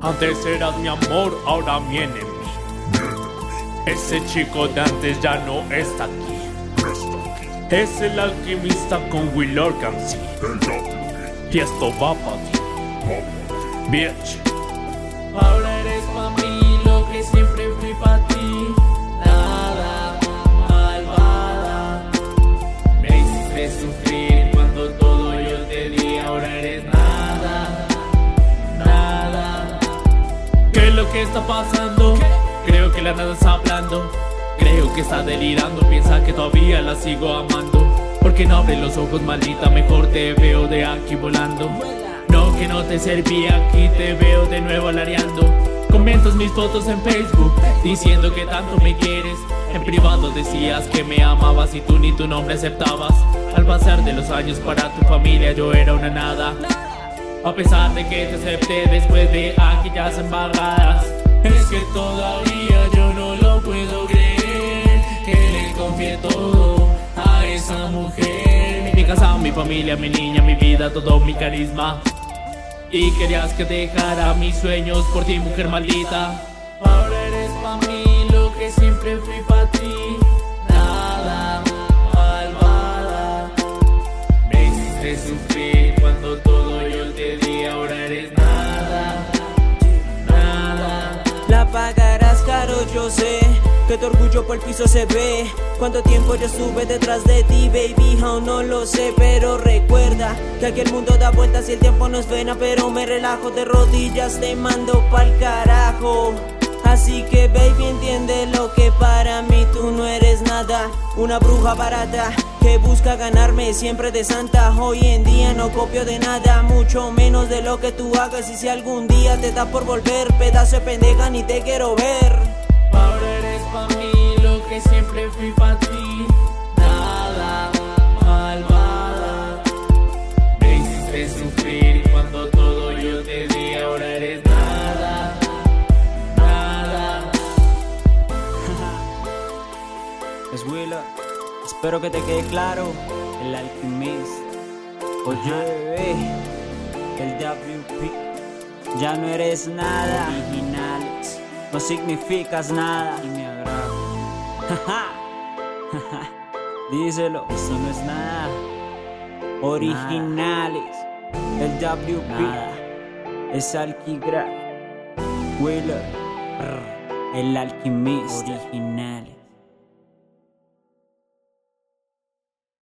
Antes eras mi amor, ahora mi enemigo. Ese chico de antes ya no está aquí. Es el alquimista con Will Organcy. Y esto va para ti. Bitch. Ahora eres para mí lo que siempre fui para ti. Nada, malvada. Me hiciste sufrir cuando todo yo te di. Ahora eres nada, nada. ¿Qué es lo que está pasando? Creo que la nada está hablando. Creo que está delirando. Piensa que todavía la sigo amando. Porque no abres los ojos, maldita. Mejor te veo de aquí volando. No, que no te servía aquí, te veo de nuevo alareando. Comentas mis fotos en Facebook, diciendo que tanto me quieres. En privado decías que me amabas y tú ni tu nombre aceptabas. Al pasar de los años para tu familia yo era una nada. A pesar de que te acepté después de aquellas embarradas. Es que todavía yo no lo puedo creer. Que le confié todo a esa mujer. Mi casa, mi familia, mi niña, mi vida, todo mi carisma. Y querías que dejara mis sueños por ti, mujer maldita. Ahora eres para mí lo que siempre fui para ti. Nada, malvada. Me hiciste sufrir cuando todo yo te di. Ahora eres nada, nada. La pagarás caro, yo sé que tu orgullo por el piso se ve. Cuánto tiempo yo estuve detrás de ti, baby, aún no lo sé, pero recuerda que aquí el mundo da vueltas y el tiempo nos frena, pero me relajo de rodillas, te mando pa'l carajo. Así que baby entiende lo que para mí tú no eres nada, una bruja barata que busca ganarme siempre de santa. Hoy en día no copio de nada, mucho menos de lo que tú hagas y si algún día te da por volver, pedazo de pendeja ni te quiero ver. Ahora eres pa' mí lo que siempre fui pa' ti. Nada, malvada. Me hiciste sufrir cuando todo yo te di. Ahora eres nada, nada. Es Willa, espero que te quede claro el alquimista. Oye, bebé, el WP, ya no eres nada original, no significas nada y me agrado. Díselo, eso no es nada originales. El WP es alquigra, Willa, el alquimista original.